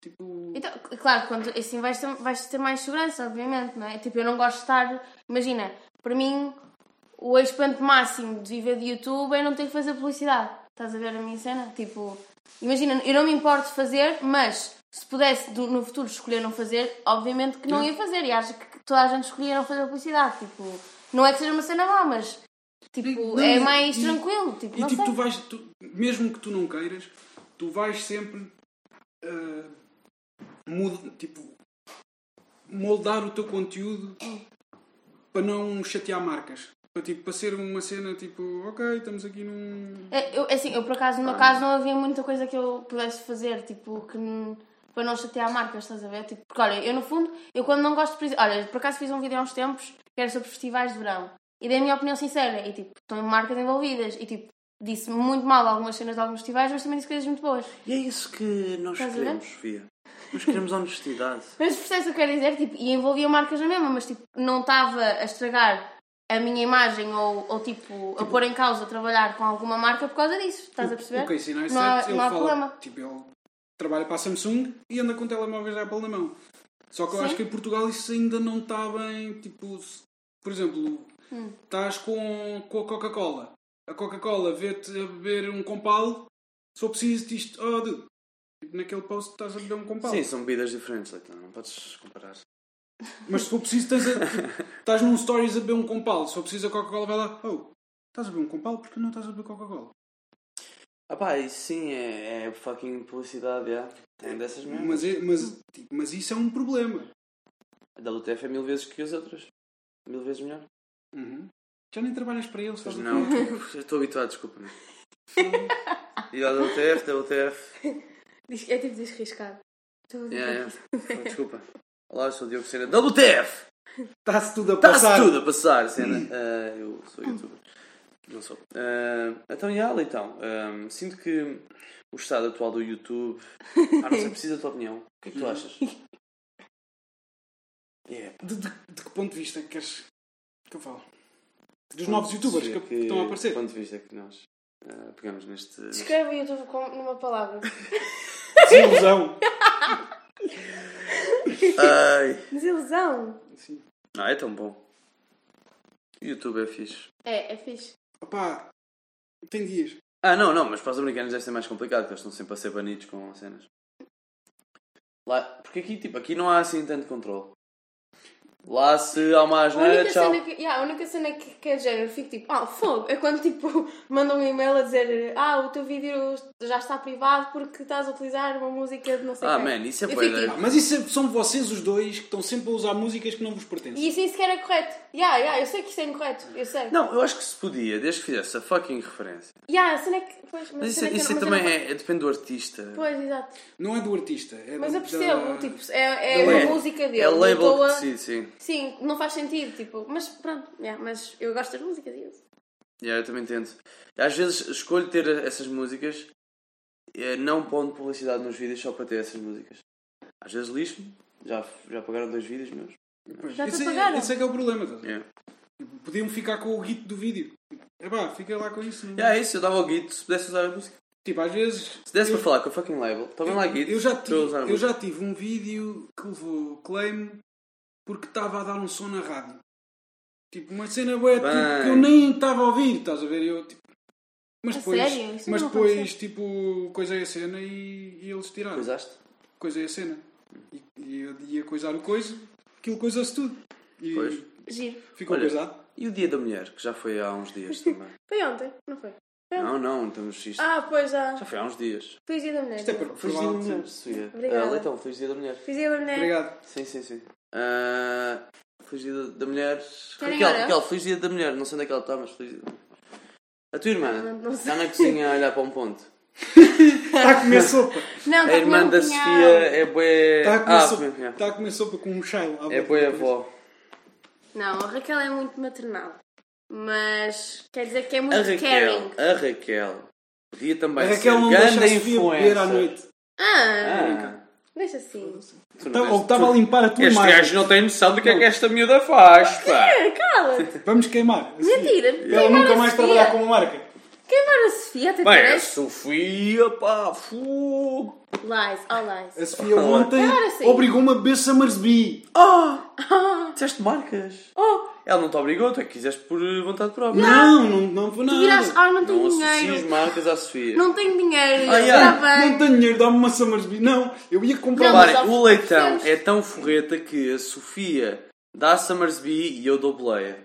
A: tipo.
C: Então, c- claro, quando, assim vais ter, vais ter mais segurança, obviamente, não é? Tipo, eu não gosto de estar. Imagina, para mim, o expoente máximo de viver de YouTube é não ter que fazer publicidade. Estás a ver a minha cena? Tipo, imagina, eu não me importo de fazer, mas se pudesse do- no futuro escolher não fazer, obviamente que não ia fazer. E acho que toda a gente escolhia não fazer publicidade. Tipo, não é que seja uma cena má, mas tipo,
A: Não,
C: é
A: e-
C: mais
A: e-
C: tranquilo. Tipo,
A: E
C: não
A: tipo,
C: sei.
A: tu vais, tu- mesmo que tu não queiras, tu vais sempre ah, mud- tipo, moldar o teu conteúdo
C: É.
A: para não chatear marcas. Para, tipo, para ser uma cena tipo, ok, estamos aqui num.
C: É, Eu, assim, eu por acaso, no meu caso, não havia muita coisa que eu pudesse fazer, tipo, que n- para não chatear marcas, estás a ver? Tipo, porque olha, eu no fundo, eu quando não gosto de. presi- Olha, por acaso fiz um vídeo há uns tempos que era sobre festivais de verão e dei a minha opinião sincera e tipo, estão marcas envolvidas e tipo, disse muito mal algumas cenas de alguns festivais, mas também disse coisas muito boas.
B: E é isso que nós
C: Estás a ver?
B: queremos, Sofia. Nós queremos honestidade.
C: Mas percebes o que eu quero dizer? Tipo, e envolvia marcas na mesma, mas tipo, não estava a estragar a minha imagem ou, ou tipo, a pôr em causa trabalhar com alguma marca por causa disso, estás a perceber?
A: O é Casey Neistat,
C: não há,
A: ele
C: não há
A: fala,
C: problema.
A: tipo, ele trabalha para a Samsung e anda com telemóveis da Apple na mão. Só que eu
C: Sim.
A: acho que em Portugal isso ainda não está bem, tipo, se- por exemplo,
C: Hum.
A: estás com, com a Coca-Cola. A Coca-Cola vê-te a beber um compal, se for preciso disto, oh, dude, tipo, naquele post estás a beber um compal.
B: Sim, são bebidas diferentes, Leitão. Não podes comparar.
A: Mas se for preciso, tens a- tipo, estás num stories a beber um compal. Se for preciso, a Coca-Cola vai lá, oh, estás a beber um compal, porque não estás a beber Coca-Cola?
B: Ah pá, isso sim, é, é fucking publicidade, é. Tem dessas mesmo.
A: Mas, é- mas, tipo, mas isso é um problema.
B: A da LTF é mil vezes que as outras. Mil vezes melhor.
A: Uhum. Já nem trabalhas para eles,
B: Mas
A: estás a
B: não,
A: ver?
B: eu estou habituado, desculpa-me. E a da LTF, da LTF.
C: Diz- É tipo desriscado.
B: Yeah,
C: é
B: yeah. Oh, Desculpa. Olá, eu sou o Diogo Sena. Da LTF!
A: Está-se tudo a
B: Está-se
A: passar.
B: tudo a passar, Sena. Ah, eu sou youtuber. Não sou. Ah, então, e yeah, então, sinto que o estado atual do YouTube. Ah, não sei, preciso da tua opinião. O que é que tu achas? É, Yeah,
A: De, de- de que ponto de vista queres que eu falo? Dos
B: Ponto
A: novos
B: de
A: youtubers
B: vista
A: que, estão a aparecer.
B: Ponto de vista é que nós ah, pegamos neste.
C: Descreve o YouTube com, numa palavra.
A: Desilusão.
B: Ai!
C: Desilusão.
A: Sim.
B: Não, é tão bom. YouTube é fixe.
C: É, é fixe.
A: Opá, tem dias.
B: Ah, não, não, mas para os americanos deve ser mais complicado, porque eles estão sempre a ser banidos com cenas. Lá, porque aqui, tipo, aqui não há assim tanto controle. Lá se há uma
C: A única,
B: asneira, Ah, tchau.
C: cena que, yeah, a única cena que, que é de género, eu fico tipo, ah, fogo, é quando tipo mandam um e-mail a dizer, ah, o teu vídeo já está privado porque estás a utilizar uma música de não sei
B: Ah,
C: quem.
B: man, isso é
C: Eu
B: bué
C: fico,
B: da-
C: tipo,
A: Mas isso é- são vocês os dois que estão sempre a usar músicas que não vos pertencem.
C: E isso nem sequer é correto. Yeah, yeah, eu sei que isto é incorreto, eu sei.
B: Não, eu acho que se podia, desde que fizesse a fucking referência.
C: Yeah, a cena é que. Pois, mas a
B: Mas isso,
C: cena é que eu
B: isso
C: não- mas eu
B: também
C: não-
B: é, é- depende do artista.
C: Pois, exato.
A: Não é do artista. É
C: Mas
A: da-
C: eu percebo,
A: da-
C: tipo, é, é
A: da
C: a
A: label.
C: música dele.
B: É
C: não
B: label
C: estou
B: que
C: a-
B: decide, sim.
C: Sim, não faz sentido, tipo, mas pronto, yeah, mas eu gosto das músicas e isso.
B: Yeah, eu também entendo. Às vezes escolho ter essas músicas, eh, não pondo publicidade nos vídeos só para ter essas músicas. Às vezes lixo-me, já, já pagaram dois vídeos meus.
A: Pois,
C: Já te
A: esse, é,
C: apagaram.
A: esse é que é o problema. estás a ver?
B: Yeah.
A: Podiam ficar com o guito do vídeo. Epá, fica lá com isso. não-
B: Yeah, é isso, eu dava o guito se pudesse usar a música.
A: Tipo, às vezes.
B: Se desse para falar com a fucking label, tomem lá guito.
A: Eu já,
B: estou a
A: tive,
B: usar a
A: eu
B: música.
A: já tive um vídeo que levou claim porque estava a dar um som na rádio. Tipo, uma cena boa tipo,
B: Bem.
A: que eu nem estava a ouvir, estás a ver? Eu, tipo, mas
C: A
A: depois,
C: sério? Isso
A: mas
C: não
A: depois
C: aconteceu.
A: tipo, coisei a cena e, e eles tiraram.
B: Usaste?
A: Coisei a cena. E, e eu ia coisar o coisa, aquilo coisou-se tudo. E
B: Pois.
C: Giro.
A: ficou
B: Olha.
A: coisado.
B: E o Dia da Mulher, que já foi há uns dias também.
C: Foi ontem, não foi?
B: não, não, estamos isto.
C: Ah, pois já.
B: Já foi há uns dias.
C: Feliz dia da mulher.
A: Isto é para
B: Feliz Dia da Mulher,
A: provar.
B: Sofia.
C: Obrigada.
B: Ah, Leitão, Feliz Dia da Mulher.
C: Feliz dia da mulher.
A: Obrigado.
B: Sim, sim, sim. Ah, feliz dia da- da mulher.
C: Querem
B: Raquel,
C: agora?
B: Raquel, feliz dia da mulher. Não sei onde é que ela está, mas feliz dia da mulher. A tua irmã
C: Não, não
B: está
C: sei.
B: na cozinha a olhar para um ponto.
A: Está a comer sopa.
C: Não,
B: A
C: tá com
B: irmã
C: mesmo
B: da
C: pinhal.
B: Sofia é bué.
A: Está Tá a comer,
B: Ah,
A: sopa,
B: yeah.
A: está a comer sopa com um chile. à
B: é
A: boca.
B: bué avó.
C: Não, a Raquel é muito maternal. Mas quer dizer que é
B: A
C: muito
B: Raquel,
C: caring.
B: a Raquel. Podia
A: A
B: também
A: Raquel
B: ser
A: não
B: grande
A: deixa a Sofia beber à
B: influencer.
A: noite.
C: Ah,
B: Ah,
C: deixa assim.
B: tu não
A: Tá-
B: tens-
A: Ou estava a limpar a tua
B: Este
A: imagem.
B: gajo não tem noção do que é que esta miúda faz, pá.
C: É, cala-te.
A: Vamos queimar. a Sofia.
C: Mentira.
A: Ela
C: Queimar
A: nunca
C: a
A: mais
C: Sofia.
A: trabalhar com uma marca.
C: Queimar a Sofia até
B: Bem, a
C: parece.
B: Sofia, pá, fogo.
C: Lies, all lies.
A: A Sofia ontem
C: Claro, sim.
A: obrigou-me a beber Summersby.
B: Ah! Disseste marcas.
C: Oh,
B: Ela não te obrigou, tu é que quiseste por eh, vontade própria.
A: Não, não, não foi
C: tu viraste.
A: nada.
C: Ah, não tenho
B: Não associes
C: dinheiro.
B: marcas à Sofia.
C: Não tenho dinheiro.
B: Ah, yeah.
C: Está bem.
A: Não tenho dinheiro, dá-me uma Summersby. Não, eu ia comprar
C: Não,
A: uma.
C: mas-
B: Reparem,
C: ao-
B: o leitão
C: percebes?
B: é tão forreta que a Sofia dá a Summersby e eu dou boleia.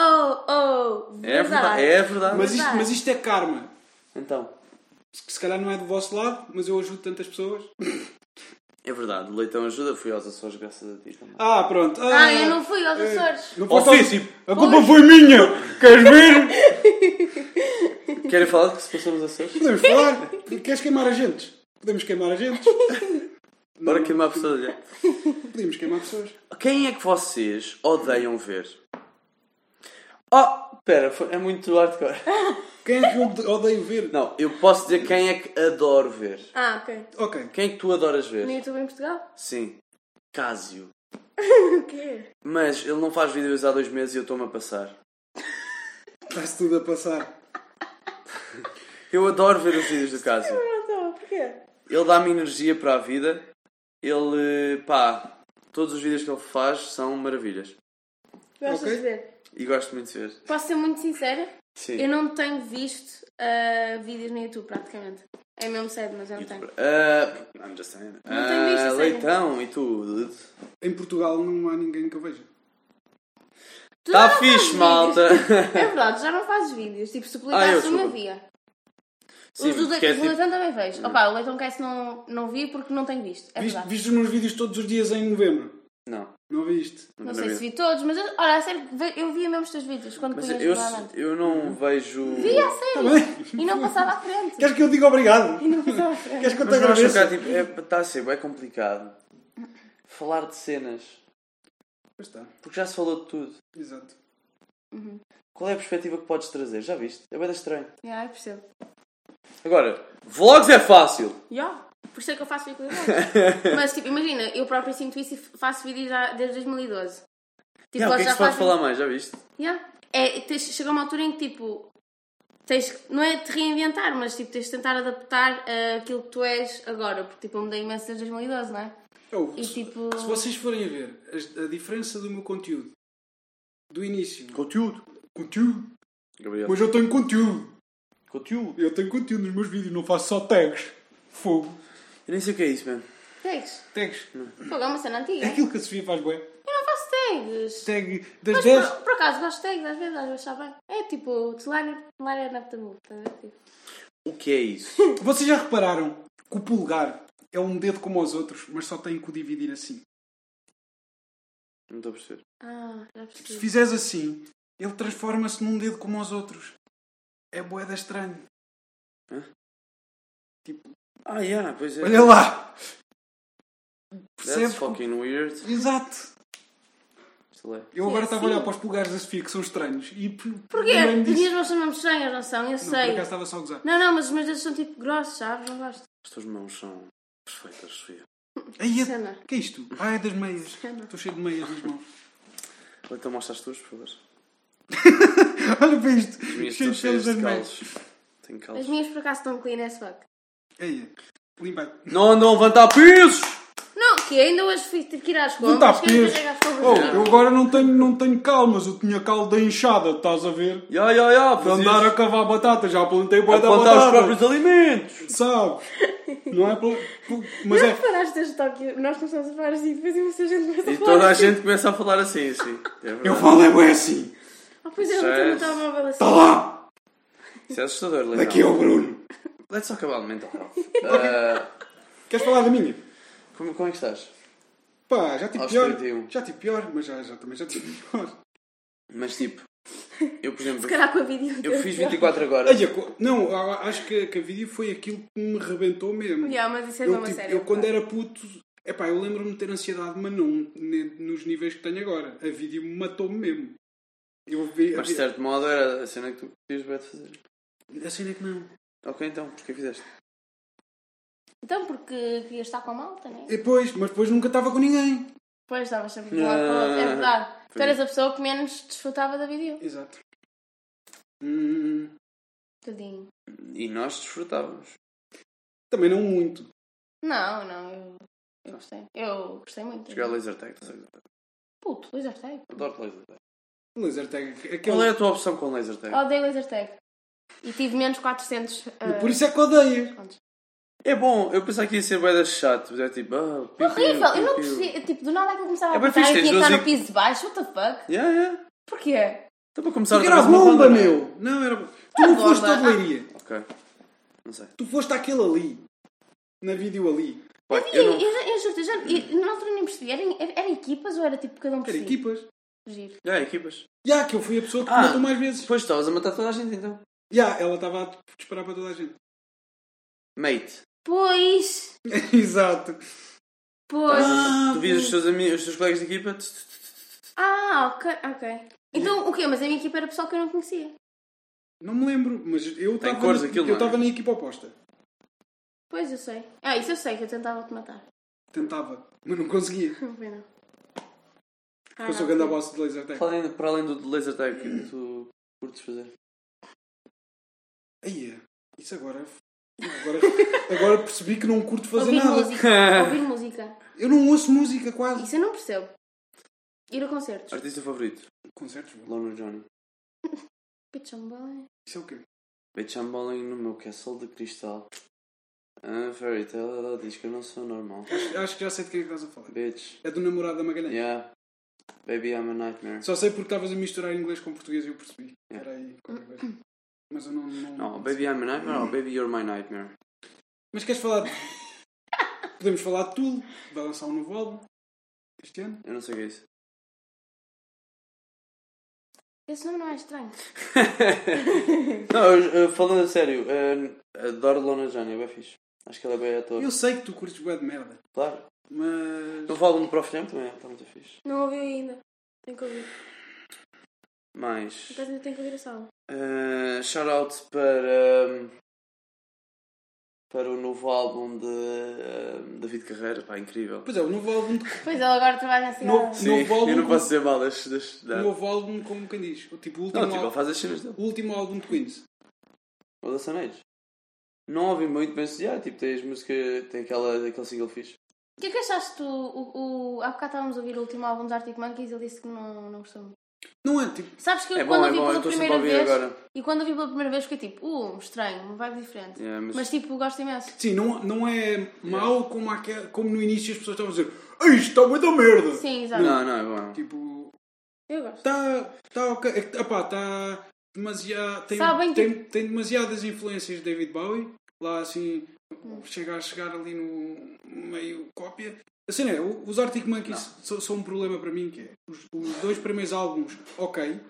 C: Oh, oh.
B: É verdade. É verdade.
A: Mas isto,
C: Verdade.
A: mas isto é karma.
B: Então,
A: Se se calhar não é do vosso lado, mas eu ajudo tantas pessoas.
B: é verdade, o leitão ajuda. Fui aos Açores graças a ti também.
A: Ah, pronto.
C: Ah, eu não fui aos
B: é.
A: eh,
C: Açores.
A: Não
B: Ó,
A: foste aos-
B: Filipe.
A: A culpa foi minha. Queres ver?
B: Querem falar do que se passou nos Açores?
A: Podemos falar. Queres queimar agentes? Podemos queimar agentes.
B: Bora queimar pessoas já.
A: Podemos queimar pessoas.
B: Quem é que vocês odeiam ver? Oh, pera, foi- é muito hardcore.
A: Quem é que eu ode- odeio ver?
B: Não, eu posso dizer quem é que adoro ver.
C: Ah, ok.
A: Ok.
B: Quem é que tu adoras
C: No
B: ver?
C: YouTube em Portugal?
B: Sim, Cásio.
C: O quê?
B: Mas ele não faz vídeos há dois meses e eu estou-me a passar.
A: Está-se tudo a passar.
B: Eu adoro ver os vídeos do Cásio.
C: Pronto, Ah, então, porquê?
B: Ele dá-me energia para a vida. Ele, pá, todos os vídeos que ele faz são maravilhas.
C: Gostas
A: Ok.
C: de ver?
B: E gosto muito de ver.
C: Posso ser muito sincera?
B: Sim.
C: Eu não tenho visto ah, vídeos no YouTube, praticamente. É mesmo sério, mas eu não tenho.
B: Ah, I'm just saying.
C: Não tenho visto, sério.
B: Ah, Leitão e tu. dude?
A: Em Portugal não há ninguém que eu veja.
C: Tu
B: Tá
C: já não fazes
B: fixe,
C: vídeos.
B: malta.
C: É verdade, já não fazes vídeos. Tipo, se
B: Ah, eu
C: publicasse uma
B: desculpa.
C: via.
B: Sim,
C: os do
B: porque é
C: Le... o
B: tipo-
C: Leitão também vejo. Opa, o Leitão Cast não, não vi porque não tenho visto. É
A: Viste,
C: verdade.
A: viste os meus vídeos todos os dias em novembro?
B: Não.
A: Não viste?
C: Não sei se vi todos, mas eu, olha, a sério, ve- eu via mesmo os teus vídeos quando
B: Mas
C: punhas
B: eu,
C: regularmente.
B: eu não vejo.
C: Vi a
A: Está
C: sério
A: Tá bem?
C: e não passava à frente.
A: Queres que eu diga obrigado?
C: E não passava à frente.
A: Queres que eu te
B: Mas não acham que há,
A: agradeça?
B: tipo, é, está a ser, é complicado falar de cenas, tipo-
A: Pois está,
B: porque já se falou de tudo.
A: exato.
B: Qual é a perspectiva que podes trazer? Já viste? É bem estranho.
C: Yeah, eu percebo.
B: Agora, vlogs é fácil.
C: Yeah. Por isso é que eu faço vídeos. Mas tipo, imagina, eu própria sinto isso e f- faço vídeos já desde 2012. Tipo,
B: Yeah, o que é que
C: já
B: se pode
C: faço-
B: falar mais? Já viste?
C: Yeah. É, tens, chega uma altura em que tipo tens que- não é te reinventar, mas tipo tens de tentar adaptar eh, aquilo que tu és agora, porque tipo eu mudei imenso desde 2012, não é?
A: Eu,
C: E
A: se,
C: tipo.
A: se vocês forem a ver as- a, diferença do meu conteúdo do início.
B: Conteúdo.
A: Conteúdo?
B: Gabriel.
A: Mas eu tenho conteúdo.
B: Conteúdo.
A: Eu tenho conteúdo nos meus vídeos, não faço só tags. Fogo.
B: Eu nem sei o que é isso, mano.
C: Tags.
A: Tags.
C: Fogo, é uma cena antiga.
A: É aquilo que a Sofia faz bem.
C: Eu não faço tags.
A: Tag das
C: Mas
A: 10.
C: por, por acaso gosto de tags, às vezes, às vezes sabem. É tipo, Telania, Telania é the move, estás a ver? Tipo,
B: O que é isso?
A: Vocês já repararam que o polegar é um dedo como os outros, mas só tem que o dividir assim.
B: Não estou a perceber.
C: Ah, já
A: Se
B: Tipo,
C: percebi.
A: fizeres assim, ele transforma-se num dedo como os outros. É boeda estranho.
B: Ah, yeah, pois é.
A: Olha lá!
B: That's
A: Percebes?
B: fucking weird.
A: Exato!
B: Sei lá.
A: Eu agora
C: É
A: estava a
C: assim.
A: olhar para os polegares da Sofia, que são estranhos. E por-
C: Porquê?
A: lembrei-me
C: As
A: disso.
C: minhas mãos são mesmo estranhas, não são? Eu
A: Não, por
C: sei.
A: acaso estava só a gozar.
C: Não, não, mas os meus dedos são tipo grossos, sabes? Não gosto.
B: As tuas mãos são perfeitas, Sofia.
A: Ai, é-
C: Cena.
A: que é isto? Ah, é das meias.
C: Cena.
A: Estou cheio de meias nas mãos.
B: Ou Então mostra as tuas, por favor. As
A: Olha para isto.
B: minhas
A: Cheio
B: estão
A: de pelos
B: cheias
A: das
B: de
A: meias.
B: calos. Tenho calos.
C: As minhas por acaso estão clean as fuck.
A: Aí, É, limpa.
B: Não andam a levantar pisos!
C: Não, que ainda hoje fui ter que ir às compras.
A: Não está
C: que ainda
A: peso.
C: cheguei às compras.
A: Oh, eu agora não tenho, não tenho calma, mas eu tinha caldo da enxada, estás a ver?
B: Ya, ya, ya!
A: Para andar a cavar batata, já plantei boa da
B: plantar os
A: batata.
B: próprios alimentos!
A: Sabes? Não é pela- pela- Mas
C: não
A: é.
C: reparaste este toque? Nós não estamos a falar assim, depois imensa gente começa a
B: E
C: falar
B: toda a
C: assim.
B: gente começa a falar assim, assim. É verdade.
A: Eu falo é bué assim.
C: Ah, pois é, eu não tenho o
B: Gente.
C: telemóvel assim.
A: Está lá!
B: Isso é assustador, legal.
A: Daqui é o Bruno.
B: Let's talk about mental health. Ah,
A: Queres falar da minha?
B: como, como é que estás?
A: Pá, já tive
B: Aos
A: pior.
B: 31.
A: Já tive pior, mas já, já também já tive pior.
B: Mas tipo, eu por exemplo,
C: Se calhar com a vídeo.
B: eu fiz 24 agora.
A: Ai, a co- não, a- acho que, que a vídeo foi aquilo que me rebentou mesmo.
C: Yeah, mas isso é
A: eu,
C: mesmo a
A: tipo,
C: sério.
A: eu quando era puto, epá, eu lembro-me de ter ansiedade, mas não ne- nos níveis que tenho agora. A vídeo me matou-me mesmo. Eu vi,
B: Mas
A: a,
B: de certo modo era a cena que tu querias bem de fazer.
A: vi, a cena é que não.
B: Ok, então, porquê fizeste?
C: Então, porque querias estar com a malta, não é?
A: E depois, mas depois nunca estava com ninguém.
C: Pois, estavas sempre de um lado para o outro. É verdade. Tu
B: Ah, Pois.
C: eras a pessoa que menos desfrutava da vídeo.
A: Exato. Hum,
C: Tadinho.
B: E nós desfrutávamos.
A: também não muito.
C: Não, não, eu, eu gostei. Eu gostei muito.
B: Jogar laser tag, estás a gozar.
C: Puto, laser tag.
B: Adoro laser tag.
A: Laser tag. Aquele,
B: Qual é a tua opção com laser tag?
C: Odeio laser tag. E tive menos 400. ah,
A: Por isso é que odeias.
C: pontos.
B: É bom, eu pensava que ia ser bem chato, mas é tipo, ah, piu, piu,
C: Horrível! Eu não
B: piu, piu.
C: percebi. Tipo, do nada aquilo começava
B: É
C: a
B: bem
C: apertar
B: fixe,
C: e tinha que
B: tens
C: estar no
B: doze-
C: piso de baixo. What the fuck?
B: Yeah, yeah.
C: Porquê?
B: Então para começar
A: Porque
B: outra
A: era
B: vez uma
A: bomba,
B: ronda, não é?
A: meu. Não, era bomba. Tu não
C: bomba.
A: foste ao de Leiria.
B: Ok. Não sei.
A: Tu foste àquele ali. Na vídeo ali.
B: Ué,
C: E
B: eu não...
C: eu, eu juro, eu já, e na altura nem percebi. Eram era equipas ou era tipo cada um por
A: Era
C: si?
A: equipas.
C: Giro.
B: Já, equipas.
A: Já, que eu fui a pessoa que
B: Ah.
A: matou mais vezes.
B: Depois estavas a matar toda a gente então.
A: Já, ela estava a disparar para toda a gente.
B: Mate,
C: Pois,
A: Exato.
C: pois.
A: Ah,
B: tu vias os
A: pois.
B: teus, amigos, os teus colegas de equipa? tss, tss, tss.
C: Ah, ok, ok. Então, o quê? Mas a minha equipa era pessoal que eu não conhecia.
A: Não me lembro, mas eu
B: Tem
A: estava
B: cores
A: na,
B: aquilo,
A: eu
B: não é?
A: estava na equipa oposta.
C: Pois, eu sei. Ah, isso eu sei, que eu tentava te matar.
A: Tentava, mas não conseguia.
C: Não foi não. Ah,
A: Eu sou
C: não.
A: grande boss de laser tag.
B: Para além, para além do laser tag, o que é que tu curtes fazer?
A: Aí é. Isso agora. Agora, agora percebi que não curto fazer
C: Ouvir
A: nada.
C: música. Ouvir música.
A: Eu não ouço música quase.
C: Isso eu não percebo. Ir a concertos.
B: Artista favorito?
A: Concertos, bom.
B: Loner Johnny.
C: Pitchum Boy.
A: Isso é o quê?
B: Beach Chamberlain no meu castle de cristal. Ah, fairy tale, ela diz que eu não sou normal.
A: Acho que já sei de quem é que estás a falar.
B: Bitch.
A: É do namorado da Magalhães.
B: Yeah. Baby, I'm a nightmare.
A: Só sei porque estavas a misturar inglês com português e eu percebi.
B: Yeah.
A: Era aí qualquer coisa. Mas eu não. não...
B: Não, baby, I'm a nightmare ou baby, you're my nightmare.
A: Mas queres falar. de- Podemos falar de tudo. Vai lançar um novo álbum. Este ano.
B: Eu não sei o que é isso.
C: Esse nome não é estranho.
B: Não, eu- eu- falando a sério, eh, adoro Lona Johnny, é bem fixe. Acho que ela é bem à toa.
A: Eu sei que tu curtes bué de merda.
B: Claro.
A: Mas.
B: Eu falo no Prof. Jam também, está muito fixe.
C: Não ouviu ainda. Tem que ouvir.
B: Mas.
C: Por acaso ainda tem que ouvir a sala.
B: eh, shout out para. hum, para o novo álbum de hum, David Carreira, pá, incrível.
A: Pois é, o novo álbum de
C: Pois ele agora trabalha assim.
A: Não.
C: ah,
B: Sim,
A: Novo álbum
B: eu não
A: com-
B: posso dizer mal das. das da-
A: Um novo álbum, como quem diz. O Tipo, o último,
B: Não, tipo, ele
A: álbum,
B: faz as cenas dele.
A: o último álbum de Queens.
B: O da Sanage. Não ouvi muito, mas já, tipo, tem as músicas, tem aquela, aquele single fixe.
C: O que é que achaste tu? O, o... Há bocado estávamos a ouvir o último álbum dos Arctic Monkeys e ele disse que não, não gostou muito.
A: Não é? Tipo,
C: Sabes que eu
B: É bom,
C: quando
B: é
C: ouvi
B: bom, eu
C: pela
B: estou sempre a
C: primeira
B: ouvir
C: vez.
B: agora.
C: E quando ouvi pela primeira vez fiquei tipo, uh, estranho, uma vibe diferente.
B: Yeah, mas-
C: mas... tipo, gosto imenso.
A: sim, não, não é mau como, aquel, como no início as pessoas estavam a dizer "Ei, isto está muito da merda.
C: Sim, exato.
B: Não, não, é bom.
A: Tipo,
C: Eu gosto.
A: está tá ok. Epá, está tá demasiado. Tem,
C: Sabem que-
A: tem, tem demasiadas influências de David Bowie. Lá assim, chega a chegar ali no meio cópia. Assim é, o- os Arctic Monkeys são, são um problema para mim, que é os, os dois primeiros álbuns, ok.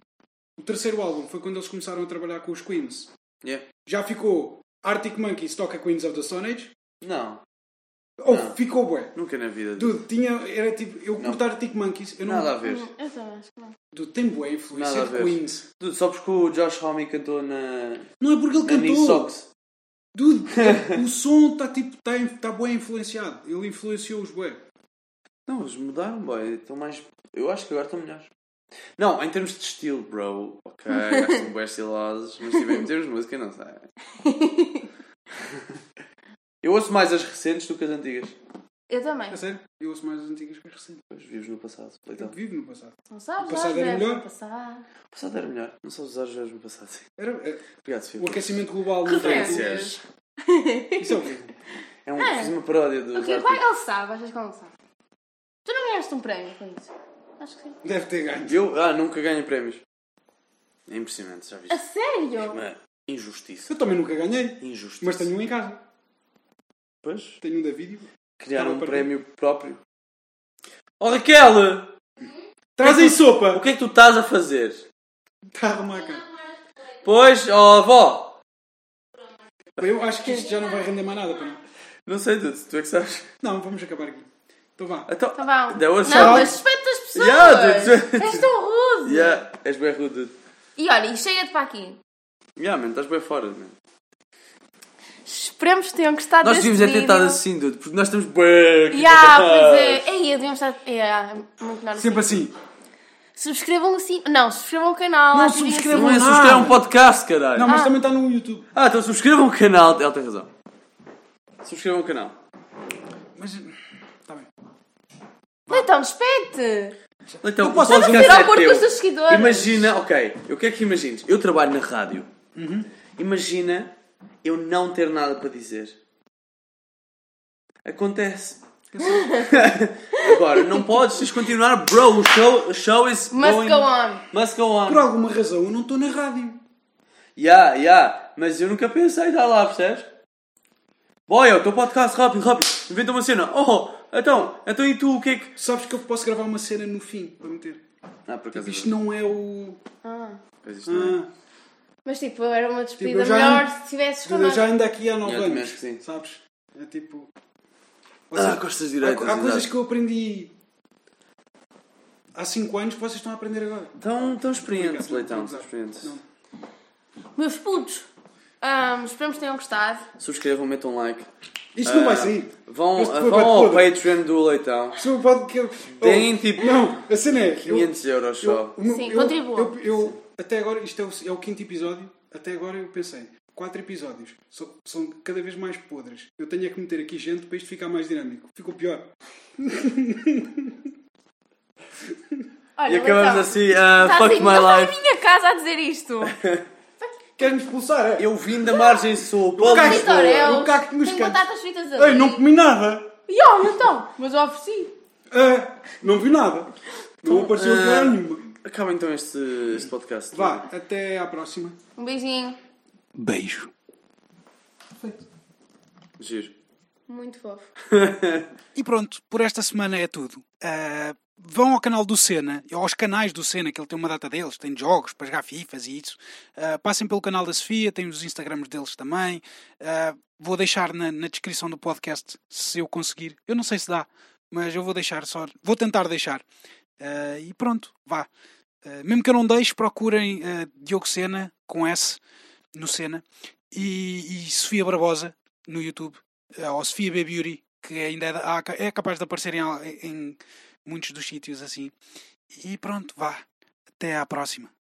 A: O terceiro álbum foi quando eles começaram a trabalhar com os Queens.
B: Yeah.
A: Já ficou Arctic Monkeys toca Queens of the Stone Age?
B: Não,
A: Ou
B: Não.
A: ficou bué?
B: nunca na vida.
A: Dude, tinha, era tipo, eu
B: Não.
A: cortar Arctic Monkeys, eu não...
B: Nada a ver.
C: Hum, Eu também acho que não.
A: Dude, tem bué influência
B: Nada a
A: de
B: ver.
A: Queens.
B: Dude, sabes que o Josh Homme cantou na,
A: Não é porque ele
B: na New
A: cantou.
B: Socks?
A: Dude, o som está tipo, tá, in- tá bué influenciado. Ele influenciou os bué.
B: Não, eles mudaram, boy. Estão mais. Eu acho que agora estão melhores. Não, em termos de estilo, bro. Ok, acho que são bem estilosos, mas tipo, em termos de música, não sei. Eu ouço mais as recentes do que as antigas.
C: Eu também.
A: É sério? Eu ouço mais as antigas que as recentes.
B: Pois vives no passado.
A: Eu
B: Leitão.
A: vivo no passado.
C: Não sabes,
A: O passado
C: às
A: era
C: vezes,
A: melhor?
C: o passado.
B: O passado era melhor. Não sabes usar os jogos no passado. Sim.
A: Era, é,
B: Obrigado,
A: o
B: Sofia.
A: aquecimento global não tem
C: Referências.
B: Referências.
A: Isso é o quê?
B: É um,
C: É.
B: Fiz uma paródia do.
C: O é que vai ele sabe? Achas que ele não sabe? Tu não ganhaste um prémio com isso? Acho que sim.
A: Deve ter ganho.
B: Eu ah, nunca ganho prémios. É impressionante, já
C: A
B: viste?
C: sério?
B: Uma injustiça.
A: Eu também nunca ganhei,
B: Injustiça.
A: mas tenho um em casa.
B: Pois,
A: Tenho um da vídeo.
B: criar
A: Estava
B: um
A: perdido.
B: prémio próprio. Oh, Raquel!
A: Trazem
B: O
A: sopa!
B: que é que tu estás a fazer?
A: Está tá a arrumar a casa.
B: Pois, ó avó!
A: Eu acho que isto já não vai render mais nada para mim.
B: Não sei, dude, tu é que sabes.
A: Não, vamos acabar aqui. Então vá.
B: Então,
C: Tá bom.
B: Deu a
C: não,
B: sorte.
C: mas respeita as pessoas.
B: Yeah, dude.
C: És tão rude.
B: Yeah, és bem rude, dude.
C: E olha, e chega-te para aqui.
B: Yeah, man, estás bem fora, man.
C: Esperemos que tenham gostado
B: Nós
C: deste
B: devíamos é ter
C: vídeo.
B: estado assim, dude, porque nós estamos bem aqui
C: Yeah,
B: para trás.
C: pois é. Aí, devíamos estar... Yeah, é muito melhor
A: Sempre assim.
C: assim. Subscrevam assim... Não, subscrevam o canal.
A: Não
C: ativem
A: subscrevam
B: Não é
A: Não.
B: subscrever um podcast, caralho.
A: Não, mas também está no YouTube.
B: Ah, então subscrevam o canal. Ela tem razão. Subscrevam o canal.
A: Mas. Está bem.
C: assim. Então, despede-te.
B: Então, o
A: posso
B: podcast
C: fazer ao
B: é
C: corpo
B: teu.
C: dos teus seguidores.
B: Imagina, ok, eu quero que imagines. Eu trabalho na rádio. Imagina eu não ter nada para dizer. Acontece. Agora, não podes tens de continuar, bro. O show, o show is
C: Must
B: going-
C: go on.
B: Must go on.
A: Por alguma razão eu não estou na rádio.
B: Yeah, yeah. Mas eu nunca pensei dar lá, percebes? Boy, o teu podcast, rápido, rápido. Inventa uma cena. Oh, então, então e tu, o que é que...
A: Sabes que eu posso gravar uma cena no fim para meter.
B: Ah, por acaso...
A: Isto não é o.
C: Ah.
B: Pois isto não é.
A: Ah,
C: Mas tipo, era uma
A: Tipo,
C: despedida
A: eu já-
C: melhor se tivesses
A: eu
C: connosco.
A: já ainda aqui há 9
B: Eu também
A: anos.
B: acho que sim.
A: Sabes? É tipo. Ou
B: Ah,
A: seja,
B: costas
A: há,
B: direitas,
A: há coisas
B: exato.
A: que eu aprendi há 5 anos que vocês estão a aprender agora.
B: Tão, tão experientes,
A: Obrigado.
B: Então, Leitão, tão
A: Exato.
B: experientes.
A: Não.
C: Meus putos, ahm, esperamos que tenham gostado.
B: Subscrevam, metam like.
A: Isto não
B: Ah,
A: vai sair.
B: Vão,
A: Este foi
B: vão ao
A: bate-podre.
B: Patreon do Leitão.
A: Isto pode que eu. Oh,
B: Deem, tipo,
A: Não, a cena é. eu-
B: 500 euros só.
A: o meu-
C: Sim,
A: eu-
C: contribuam.
A: Eu, eu- até agora, isto é o, é o quinto episódio. Até agora eu pensei, quatro episódios são, são cada vez mais podres. Eu tenho é que meter aqui gente para isto ficar mais dinâmico. Ficou pior.
C: Olha,
B: E acabamos
C: Leitão,
B: assim, ah,
C: estás
B: fuck
C: em-
B: my
C: não tá estás
B: life.
C: em minha casa a dizer isto.
A: Queres-me expulsar? é?
B: Eu vim da margem sul, para
A: cago-
B: um
C: Vitorel,
A: Eu cago-te nos
C: tem
A: cantos.
C: é batatas fritas ali.
A: Ei, não comi nada!
C: E olha então, mas eu ofereci.
A: Ah, não vi nada. Não apareceu
D: ah.
A: lugar nenhuma.
B: Acaba então este, este podcast.
A: Vá, até à próxima.
C: Um beijinho.
D: Beijo.
B: Giro.
C: Muito fofo.
D: E pronto, por esta semana é tudo. Ah, vão ao canal do Sena, aos canais do Sena, que ele tem uma data deles, tem jogos para jogar FIFAs e isso. Ah, passem pelo canal da Sofia, tem os Instagrams deles também. Ah, vou deixar na, na descrição do podcast, se eu conseguir. Eu não sei se dá, mas eu vou deixar só. Vou tentar deixar. Ah, e pronto, vá. Ah, mesmo que eu não deixe, procurem ah, Diogo Sena, com S, no Sena, e, e Sofia Barbosa, no YouTube eh, ou Sofia B. Beauty, que ainda é, da- há ca- é capaz de aparecer em, al- em muitos dos sítios assim. E pronto, vá. Até à próxima.